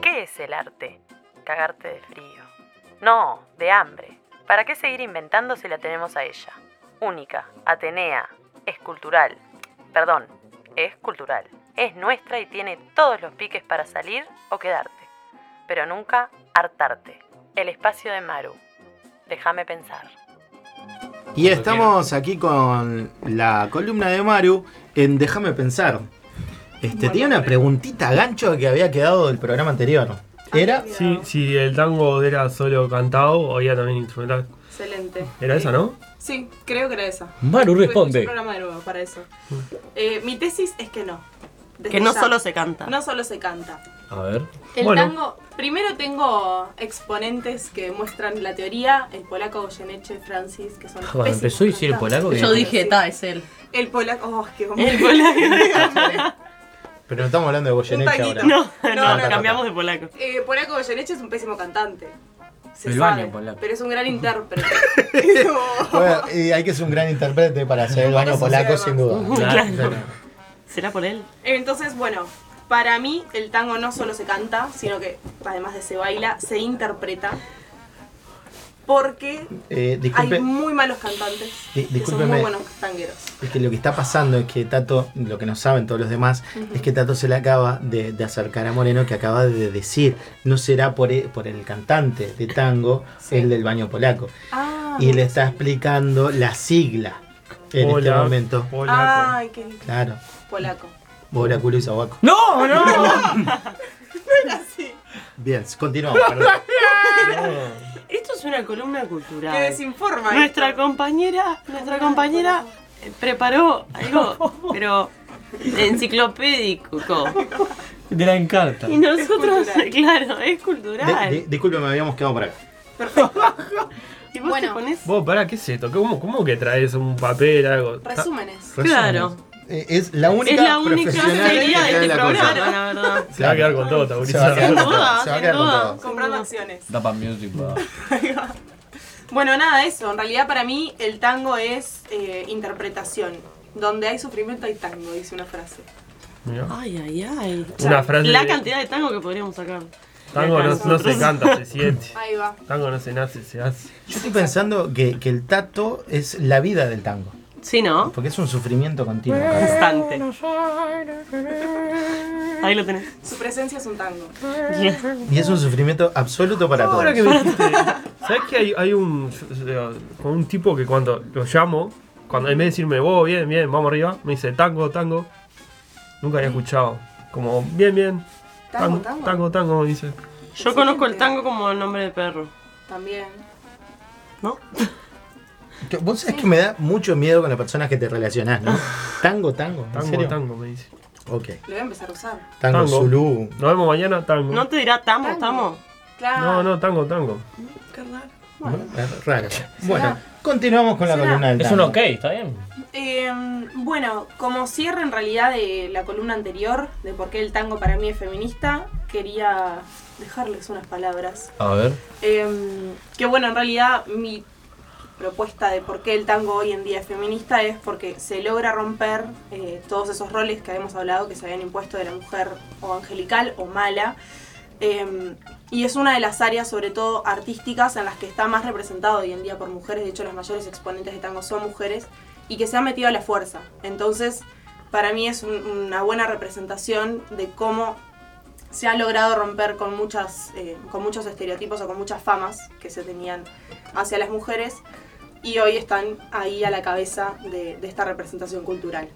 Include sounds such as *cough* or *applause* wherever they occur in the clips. ¿Qué es el arte? Cagarte de frío. No, de hambre. ¿Para qué seguir inventando si la tenemos a ella? Única, Atenea, es cultural. Perdón, es cultural. Es nuestra y tiene todos los piques para salir o quedarte. Pero nunca hartarte. El espacio de Maru. Déjame pensar. Y estamos aquí con la columna de Maru en Déjame pensar. Este, tenía una preguntita gancho que había quedado del programa anterior. ¿Era? Sí, si el tango era solo cantado, había también instrumental. Excelente. Era esa, ¿no? Sí, creo que era esa. Maru Tuve que responde. escuchar un programa de nuevo para eso. Eh, mi tesis es que no. Desde Que no ya, solo se canta. no solo se canta. A ver. El Bueno. tango, primero tengo exponentes que muestran la teoría, el polaco Goyeneche, Francis, que son Cuando empezó a decir el polaco, Yo que- dije, ta, es él. El polaco, oh, *laughs* qué hombre. El *laughs* polaco. Pero no estamos hablando de Goyeneche Un ahora. taquito. No, no, No, no, no. cambiamos de polaco. eh, polaco Goyeneche es un pésimo cantante. Se Peruano, sabe, polaco. pero es un gran *laughs* intérprete. Es como- Bueno, y hay que ser un gran intérprete para hacer el baño Bueno, polaco, sí, sin duda. Claro. ¿Será por él? Entonces, bueno, para mí el tango no solo se canta, sino que además de se baila, se interpreta. Porque Eh, hay disculpe, muy malos cantantes Di- que son discúlpeme. muy buenos tangueros. es que lo que está pasando es que Tato, lo que no saben todos los demás, es que Tato se le acaba de, de acercar a Moreno, que acaba de decir, no será por e- por el cantante de tango, el del baño polaco. Ah. y le está explicando la sigla en este Hola, momento. hola, Ay, qué lindo. Claro, polaco. bola, culo y sobaco. ¡No, *laughs* no! Así. Bien, continuamos. perdón. Esto es una columna cultural. Que desinforma. Nuestra esto. compañera, nuestra compañera eh, preparó *laughs* algo, pero enciclopédico. De la encarta. Y nosotros, Es cultural. claro, Di- es cultural. di- disculpe, me habíamos quedado por acá. Y vos Bueno. te pones. Vos, pará, ¿qué es esto? ¿Cómo, cómo que traes un papel, algo? Resúmenes. Claro. Eh, Es la única, Es la única profesional que serie trae de este la cosa. programa, la verdad. Se va a quedar con todo, Tauriza. Se va a quedar con Sin todo. duda, Se va a sin quedar con duda. todo. Comprando acciones. Tapa music, va. Bueno, nada, eso. En realidad, para mí, el tango es eh, interpretación. Donde hay sufrimiento hay tango, dice una frase. Mirá. Ay, *laughs* ay, ay. Una frase La de- cantidad de tango que podríamos sacar. Tango no, no se Nosotros. canta, se siente. Ahí va. Tango no se nace, se hace. Yo estoy pensando que, que el tato es la vida del tango. Sí, ¿no? Porque es un sufrimiento continuo. ¿no? Constante. Ahí lo tenés. Su presencia es un tango. Y es un sufrimiento absoluto para todos. Ahora que me dijiste, ¿sabes que hay, hay un, con un tipo que cuando lo llamo, cuando en vez de decirme, vos, bien, bien, vamos arriba, me dice tango, tango. Nunca había escuchado. Como, bien, bien. Tango, tango, tango. tango, tango, me dice. Yo conozco el tango como el nombre de perro, También. ¿no? Que- Vos sabés que me da mucho miedo con las personas que te relacionás, ¿no? Tango, tango. ¿En Ah. Tango, serio? tango, me dice. Ok. Lo voy a empezar a usar. Tango, Tango. Zulu. Nos vemos mañana, tango. No te dirá tamo, Tango. tamo. Claro. No, no, tango, tango. Es Raro. Bueno, continuamos con la ¿Será? columna del Es un tango. ok, está bien. Eh, bueno, como cierre en realidad de la columna anterior, de por qué el tango para mí es feminista, quería dejarles unas palabras. A ver. Eh, que bueno, en realidad mi propuesta de por qué el tango hoy en día es feminista es porque se logra romper eh, todos esos roles que habíamos hablado que se habían impuesto de la mujer o angelical o mala. Eh, y es una de las áreas, sobre todo artísticas, en las que está más representado hoy en día por mujeres. De hecho, los mayores exponentes de tango son mujeres y que se han metido a la fuerza. Entonces, para mí es un- una buena representación de cómo se ha logrado romper con, muchas, eh, con muchos estereotipos o con muchas famas que se tenían hacia las mujeres y hoy están ahí a la cabeza de, de esta representación cultural.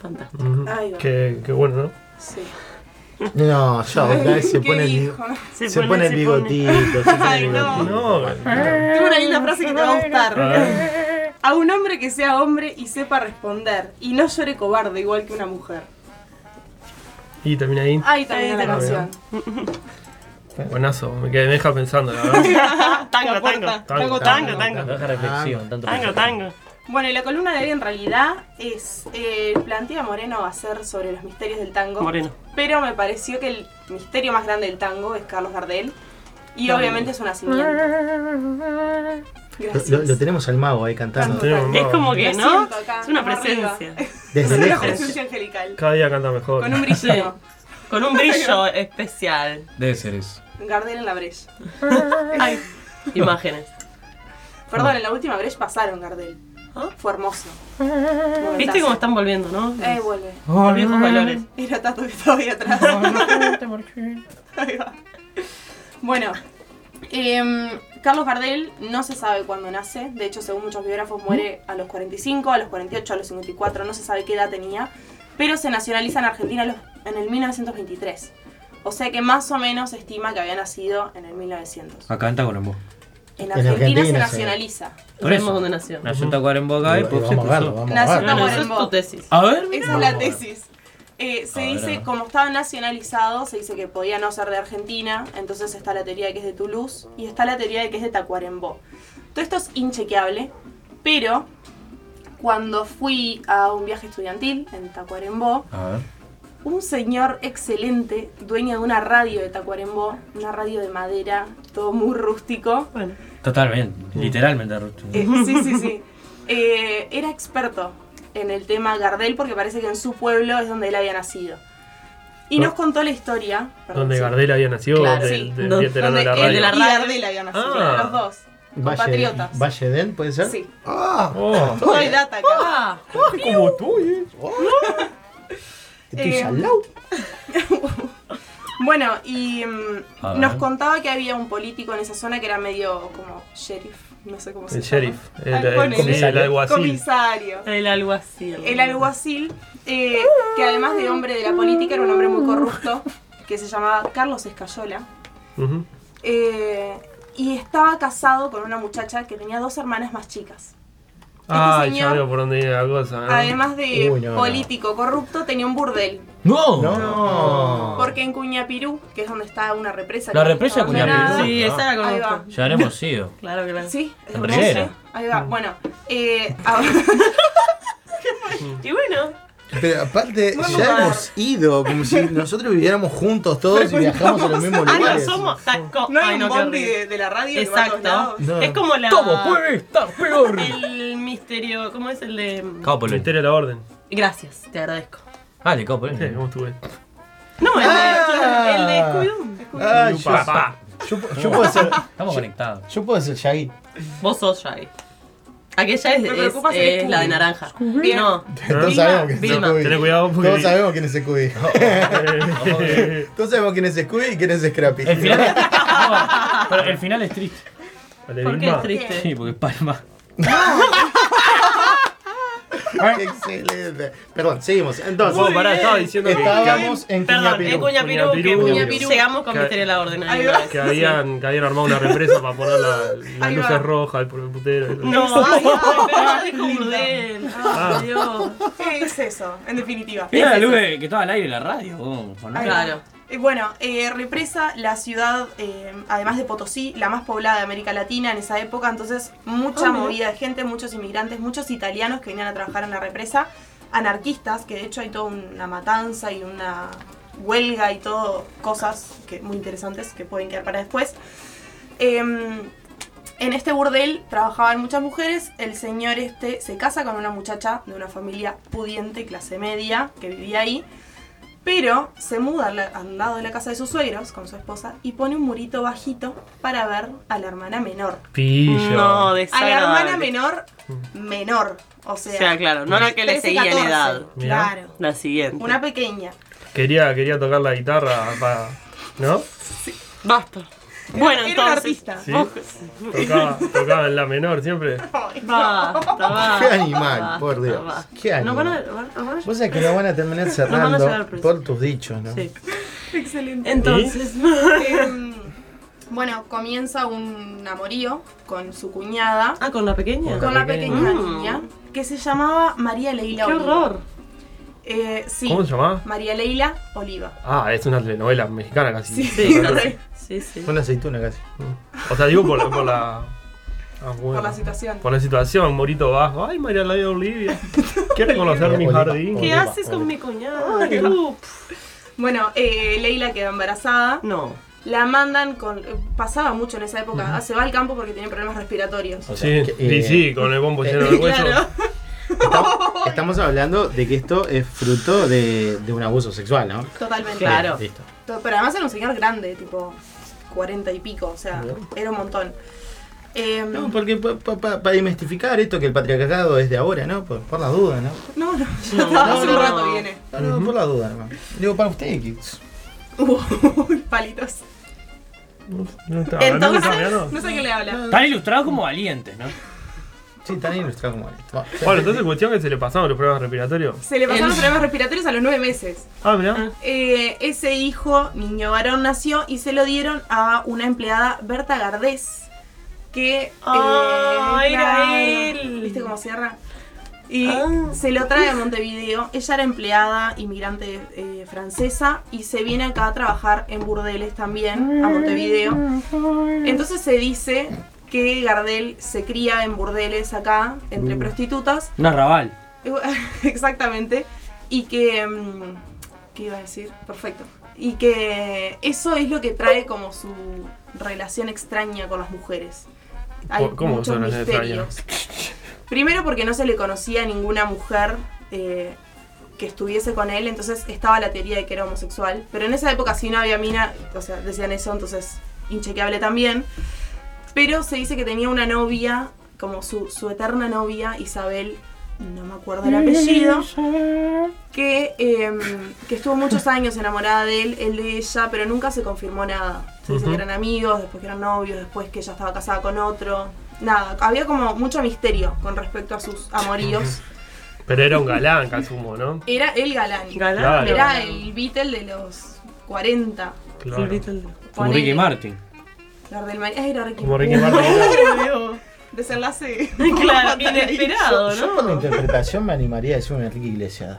Fantástico. Ujú. Ahí va. Qué, qué bueno, ¿no? Sí. No, ya, otra vez se ¿Qué pone el, dijo? bigo- se pone el se bigotito. se pone el Ay, no. bigotito. No, no. Tengo una linda frase que te va a A gustar. ver. A un hombre que sea hombre y sepa responder y no llore cobarde igual que una mujer. Y termina ahí. Ahí también la Ah, canción. Buenazo, me, quedé, me deja pensando, la verdad. *laughs* Tango, tango. Tango, Tango, Tango, tango. Deja reflexión, tanto Tango, reflexión. tango. Bueno, y la columna de hoy en realidad es, eh, plantea Moreno va a ser sobre los misterios del tango. Moreno. Pero me pareció que el misterio más grande del tango es Carlos Gardel. Y obviamente es un nacimiento. Gracias. Lo, lo tenemos al mago ahí cantando. Tango. Tenemos Es más. como que, Lo ¿no? siento acá, Es una arriba. presencia. Desde Una lejos. presencia angelical. Cada día canta mejor. Con un brillo. Con un brillo especial. Debe ser eso. Gardel en la Breche. Ay, imágenes. Perdón, en la última Breche pasaron Gardel. ¿Ah? Fue hermoso. ¿Viste cómo están volviendo, no? Eh, vuelve. Los viejos valores. Era Tato que estaba ahí atrás. Ahí va. Bueno, em, Carlos Gardel no se sabe cuándo nace. De hecho, según muchos biógrafos, muere a los 45, a los 48, a los 54. No se sabe qué edad tenía. Pero se nacionaliza en Argentina a los- en el 1923. O sea que más o menos se estima que había nacido en el 1900. Acá en Tacuarembó. En En Argentina, se Argentina, sí. nacionaliza. Por eso. Sabemos dónde nació. Nació en Tacuarembó acá y Vamos pop se a verlo, cruzó. vamos Nació a No, verlo. no, eso es Tacuarembó. tu tesis. A ver. Esa es mirá. la tesis. Eh, se Ahora. dice, como estaba nacionalizado, se dice que podía no ser de Argentina, entonces está la teoría de que es de Toulouse y está la teoría de que es de Tacuarembó. Todo esto es inchequeable, pero cuando fui a un viaje estudiantil en Tacuarembó, A ver. un señor excelente, dueño de una radio de Tacuarembó, una radio de madera, todo muy rústico, Bueno, Totalmente. Literalmente, Ruth. eh, sí, sí, *laughs* sí. Eh, era experto en el tema Gardel porque parece que en su pueblo es donde él había nacido. Y Do- nos contó la historia. perdón, Donde sí. Gardel había nacido, Claro, donde sí. el Donde- veterano de la Donde él radio. la y radio. Gardel había nacido. Ah. Los dos. Valle, compatriotas. Valle Den, ¿puede ser? *laughs* Sí. Oh, Doy data *laughs* acá. como tú, eh. Estoy Eh, al lado. Bueno, y mm, A ver. nos contaba que había un político en esa zona que era medio como sheriff. No sé cómo se El llama. sheriff, el, Ay, el- ponele. sí, el alguacil. Comisario. el alguacil. El alguacil, eh, que además de hombre de la política era un hombre muy corrupto, que se llamaba Carlos Escayola. Ujú. Eh, y estaba casado con una muchacha que tenía dos hermanas más chicas. Este Ay, Ah, ya señor, veo por dónde iba la cosa. ¿no? además de Ah. Uy, no, no. político corrupto, tenía un burdel. ¡No! No. Porque en Cuñapirú, que es donde está una represa. La que represa está de Cuñapirú. abandonada- Ah, Sí, esa la Ahí va. conozco. Ya habremos ido. Claro, claro. Sí, es En hermoso. Rivera. Mm. Ahí va. Bueno, eh, ahora- *laughs* Y bueno, Pero aparte, Buen ya lugar. hemos ido, como si nosotros viviéramos juntos todos y viajamos a los mismos ah, no lugares. somos. taco- no hay Ay, un no, qué bondi horrible. de, de la radio que va a todos Exacto. lados. No. Es como *laughs* la. Todo puede estar peor. *laughs* El misterio. ¿Cómo es el de.? Cabo El Polón. Ministerio de la Orden. Gracias, te agradezco. Ah, el de Cabo Eh, Polón. ¿Cómo estuve? No, el Ah. de. El de Scooby-Doo. Ah, Ay, yo, Papá. yo, yo puedo ser, Estamos conectados. yo puedo ser Shaggy. Vos sos Shaggy. Aquella es, Me es- preocupa ser es Scooby. la de naranja. No. Todos Vilma, sabemos quién es Vilma. Scooby. Tenés cuidado porque. Todos sabemos quién es Scooby. *laughs* Eh, Todos sabemos quién es Scooby y quién es Scrappy. El final, *laughs* No, pero el final es triste. Vale, ¿Por qué Vilma. es triste? Sí, porque es Palma. *laughs* Excelente. Perdón, seguimos. Entonces, Vos, pará, estaba diciendo que- estábamos en Perdón, eh, es Cuñapirú. Cuñapirú, que Cuñapirú. Cuñapirú. Llegamos con Que- Misterio de la Orden. ahí Ahí va. va. que, que habían, que habían armado una represa para poner la- las Ahí va. luces rojas, el putero. y todo. No, ay, ay, *laughs* pero ya dijo Burdel. Ah. Ay, Dios. ¿Qué es eso, en definitiva? Mira la luz que estaba al aire en la radio. vos, ¿o no? Ahí va. Claro. Eh, Bueno, eh, Represa, la ciudad, eh, además de Potosí, la más poblada de América Latina en esa época, entonces mucha Ah, mira. movida de gente, muchos inmigrantes, muchos italianos que venían a trabajar en la represa, anarquistas, que de hecho hay toda una matanza y una huelga y todo, cosas que, muy interesantes que pueden quedar para después. Em, en este burdel trabajaban muchas mujeres, el señor este se casa con una muchacha de una familia pudiente, clase media, que vivía ahí, pero se muda al, al lado de la casa de sus suegros con su esposa y pone un murito bajito para ver a la hermana menor. Pillo. No, A la hermana desagradable. menor, Mm. menor, o O sea, sea, claro, no la que le 13, seguía en 14, edad. Mirá. Claro, La siguiente. una pequeña. Quería, quería tocar la guitarra para. ¿No? Basta. Bueno, Era un entonces. *laughs* artista. Sí. vos- Tocaba, tocaba en la menor siempre. Basta, basta. Qué animal, basta, por Dios. basta. Qué Nos van a. animal. van- nos van a- Vos sabés que nos van a *laughs* terminar van a cerrando llevar preso. por tus dichos, ¿no? Sí. Excelente. Entonces. em, bueno, comienza un amorío con su cuñada, *laughs* Ah, con la pequeña. con la pequeña Mm. niña, que se llamaba María Qué Leila Oliva. horror. Eh, sí, ¿Cómo se llamaba? María Leila Oliva. Ah, es una telenovela mexicana casi. Sí, sí, sí. Fue una aceituna casi. O sea, digo por, por la. ah, bueno. Por la situación. Por la situación, Morito Bajo. Ay, María Laia Olivia. Quiere *laughs* conocer mi Oliva, jardín. ¿Qué Oliva, haces con Oliva. mi cuñada? Tú, pf, Bueno, eh, Leila quedó embarazada. No. La mandan con. eh, Pasaba mucho en esa época. ah, Se va al campo porque tiene problemas respiratorios. O sea, Sí, que, y eh, sí, con el bombo lleno de huesos. Claro. *laughs* está- Estamos hablando de que esto es fruto de, de un abuso sexual, ¿no? Totalmente. Claro. Listo. To- Pero además era un señor grande, tipo 40 y pico, o sea, era un montón. Eh, No, porque para dimestificar esto que el patriarcado es de ahora, ¿no? Por, por la duda, ¿no? no, *laughs* no, no, hace no. un rato viene. No, no, por la duda, hermano. Digo, para usted, que- Uy, *laughs* palitos. No estaba hablando, no estaba Entonces, mirando. no sé qué le habla. Están ilustrados como valientes, ¿no? Sí, tan ilustrado como esto. Bueno, Bueno, entonces cuestión que se le pasaron los problemas respiratorios. Se le pasaron los problemas respiratorios a los nueve meses. Ah, mirá. Eh, ese hijo, niño varón, nació y se lo dieron a una empleada, Berta Gardés, que... eh, Ah, era claro, él. ¿Viste cómo cierra? Y Ah. se lo trae a Montevideo. Ella era empleada, inmigrante eh, francesa, y se viene acá a trabajar en burdeles también, a Montevideo. Entonces se dice que Gardel se cría en burdeles acá, entre prostitutas, Un arrabal. *laughs* Exactamente. Y que. mm, ¿Qué iba a decir? Perfecto. Y que eso es lo que trae como su relación extraña con las mujeres. Hay ¿Por- cómo muchos son las misterios. Primero porque no se le conocía a ninguna mujer eh, que estuviese con él, entonces estaba la teoría de que era homosexual. Pero en esa época si no había mina, o sea, decían eso, entonces inchequeable también. Pero se dice que tenía una novia, como su, su eterna novia, Isabel, no me acuerdo el apellido, que, em, que estuvo muchos años enamorada de él, él de ella, pero nunca se confirmó nada. Se dice Ujú. que eran amigos, después que eran novios, después que ella estaba casada con otro. Nada, había como mucho misterio con respecto a sus amoríos. Pero era un galán, Kazumo, ¿no? Era el galán. Galán. Claro. Era el Beatle de los 40. Claro. Como Ricky Ponele. Martin. Gardel Mar- Ay, era Ricky Como Ricky Martin. *laughs* Martin. Desenlace. *laughs* *laughs* Claro, inesperado, Yo por la ¿no? interpretación me animaría a decir un Enrique Iglesias.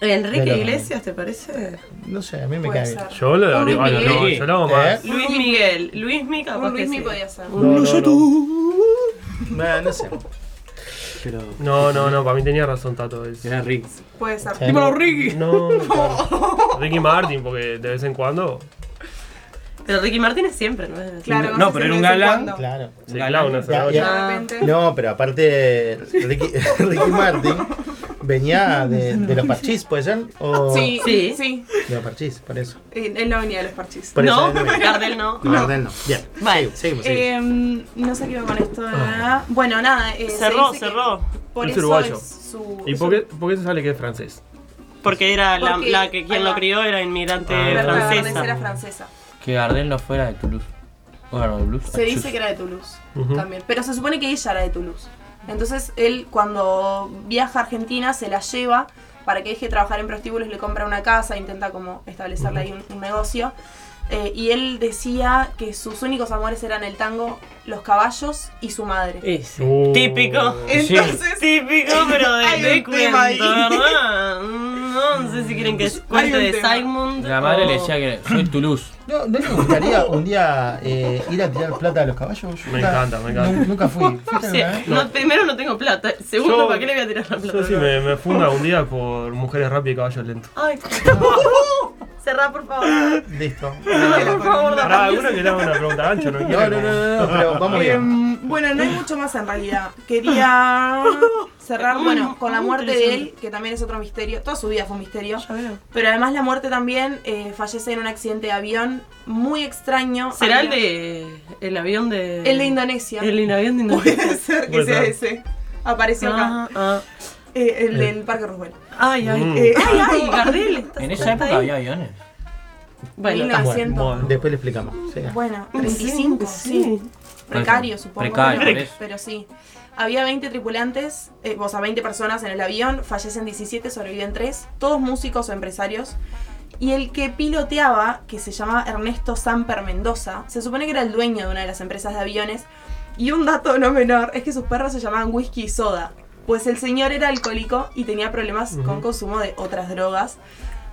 Enrique Claro. Iglesias, ¿te parece? No sé, a mí me Puede cae bien. ser. Yo lo Un daría. Luis Bueno, no, Miguel. yo lo hago más. ¿Eh? Luis Miguel. Luis Mi capaz Un Luis que me sí. podía ser. No, no, no. No, no sé. Pero. No, no, no, para mí tenía razón Tato. es- Era Ricky. Puede ser. Sí. Dímelo, Ricky! *laughs* No, claro. Ricky Martin, porque de vez en cuando. Pero Ricky Martínez siempre, ¿no? Es- Claro, No, sé pero si de vez era un en galán. cuando. Claro. Se Galán. clava una zanahoria. De repente. No, pero aparte, Ricky, *laughs* Ricky Martin venía de, de los parchís, ¿puede ser? O Sí, Sí. sí. De los parchís, por eso. Eh, Él no venía de los parchís. Por eso No, él venía. *laughs* Gardel no. No, Gardel no. Bien. Vale. Seguimos, seguimos. Eh, no sé qué iba con esto, la verdad. Bueno, nada. eh, se Cerró, dice que cerró. Por Es eso uruguayo. es su. ¿Y por qué, por qué se sale que es francés? Porque era la, Porque- la que quien ahí lo va. crió era inmigrante Ah, Berta Gardés francesa. era francesa. Que Gardel no fuera de Toulouse. Bueno, de Toulouse. Se dice que era de Toulouse Ujú. también. Pero se supone que ella era de Toulouse. Entonces él cuando viaja a Argentina se la lleva para que deje de trabajar en prostíbulos, le compra una casa, intenta como establecerle ahí un, un negocio. Eh, y él decía que sus únicos amores eran el tango, los caballos y su madre. Ese. Uh. Típico. Entonces, *laughs* Típico, pero de, Hay de un tema ahí. cuento, ¿verdad? Mm, No sé si quieren que cuente un de tema. Sigmund. La madre o- le Oh. decía que soy Toulouse. No, ¿no les gustaría un día eh, ir a tirar plata a los caballos? Yo Me nunca- encanta, me encanta. nun- Nunca fui. O *laughs* ¿Fuiste alguna sea, vez? no, primero no tengo plata. Segundo, Yo- ¿para qué le voy a tirar la plata? Yo sí me, me funda un día por mujeres rápidas y caballos lentos. *laughs* Ay, no. cerrá, por favor. Listo. Cerrá, por favor. la Pará, camisa. alguna que le haga una pregunta ancha, no No, quiero. no, no, no, no, pero vamos bien. Em, bueno, no hay mucho más en *laughs* realidad. *laughs* Quería cerrar, bueno, con la Muy muerte de él, que también es otro misterio. Toda su vida fue un misterio. Ya veo. Pero además la muerte también eh, fallece en un accidente de avión muy extraño. ¿Será el Había- de. el avión de. El de Indonesia. El avión de *laughs* Puede Indonesia. ser que Puede sea ser. ese. Apareció acá. Ah, ah. Eh, el del Parque Roosevelt. Ay, ay. Mm. Eh, ay, ay, Gardel. estás- En esa época había aviones. Bueno, 1900. bueno. Después le explicamos. siga. Bueno, 35, sí. Precario, supongo. Precario, pero, por eso. pero sí. Había 20 tripulantes, eh, o sea, 20 personas en el avión, fallecen 17, sobreviven 3, todos músicos o empresarios. Y el que piloteaba, que se llamaba Ernesto Samper Mendoza, se supone que era el dueño de una de las empresas de aviones. Y un dato no menor es que sus perros se llamaban whisky y soda, pues el señor era alcohólico y tenía problemas con Ujú. consumo de otras drogas.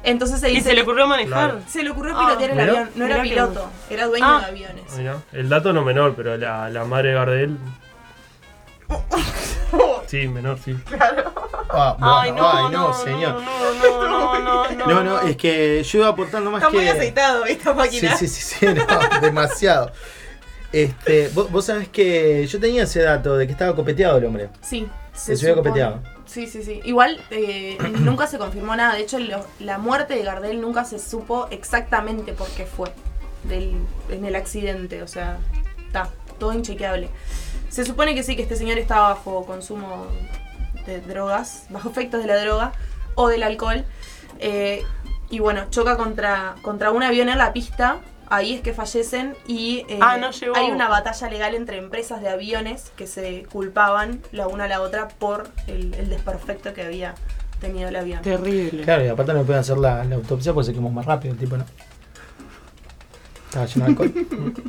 Entonces se Y dice se le ocurrió manejar. Claro. se le ocurrió Ah, pilotear el mirá, avión, no era mirá que- piloto, era dueño Ah. de aviones. Mirá, el dato no menor, pero la, la madre de Gardel. Sí, menor, sí. Ah, bueno, Ay, no, ay, no, no, señor. No, no, no, no, no. No, no, es que yo iba aportando más que. aceitado esta Sí, sí, sí, sí, no, *laughs* demasiado. Este, vos, vos sabés que yo tenía ese dato de que estaba copeteado el hombre. Sí. Que se había copeteado. Sí, sí, sí. Igual eh, *clears throat* nunca se confirmó nada. De hecho, lo- la muerte de Gardel nunca se supo exactamente por qué fue del, en el accidente. O sea, está todo inchequeable. Se supone que sí, que este señor estaba bajo consumo de drogas, *laughs* bajo efectos de la droga o del alcohol. Eh, y bueno, choca contra, contra un avión en la pista. Ahí es que fallecen y eh, Ah, no llegó. hay una batalla legal entre empresas de aviones que se culpaban la una a la otra por el, el desperfecto que había tenido el avión. Terrible. Claro, y aparte no pueden hacer la, la autopsia porque se quemó más rápido el tipo, ¿no? Estaba lleno de alcohol.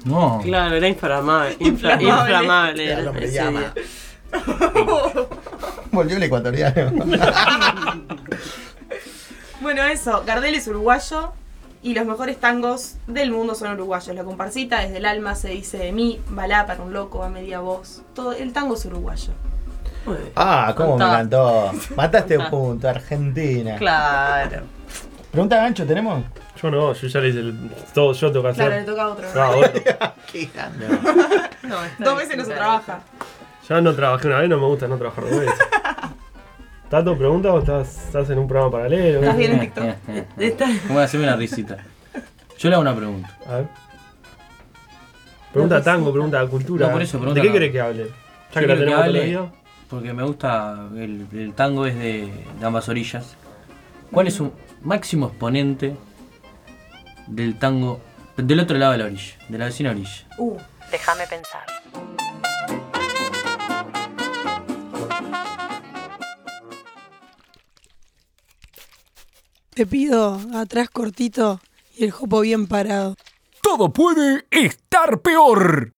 No. Claro, era *laughs* inflamable. infla- Inflamable. inflamable Claro, era hombre, ese llama. día. Volvió el ecuatoriano. Bueno, eso, Gardel es uruguayo y los mejores tangos del mundo son uruguayos. La comparsita desde el alma se dice de mí, balá para un loco a media voz. Todo, el tango es uruguayo. Muy bien. Ah, cómo me encantó. Mataste un punto, Argentina. Claro. Pregunta gancho, ¿tenemos? Yo no, yo ya le hice el- todo, yo tengo que Claro, le hacer. Ah, toca a otro. No, otro. No, está Dos bien, veces no se está trabaja. Ya no trabajé una vez, no me gusta no trabajar dos veces. ¿Tato pregunta o estás, estás en un programa paralelo? Estás bien en Eh, *laughs* TikTok. eh, eh, eh. bien. Está- Voy a hacerme una risita. Yo le hago una pregunta. A ver. Pregunta tango, pregunta cultura. pues, No, por eso, ¿De pregunta qué la- querés que hable? Ya que la Yo creo tenemos hable, todavía. Porque me gusta, el, el tango es de, de ambas orillas. ¿Cuál es su máximo exponente del tango del otro lado de la orilla, de la vecina orilla? Uh, Déjame pensar. Te pido atrás cortito y el jopo bien parado. Todo puede estar peor.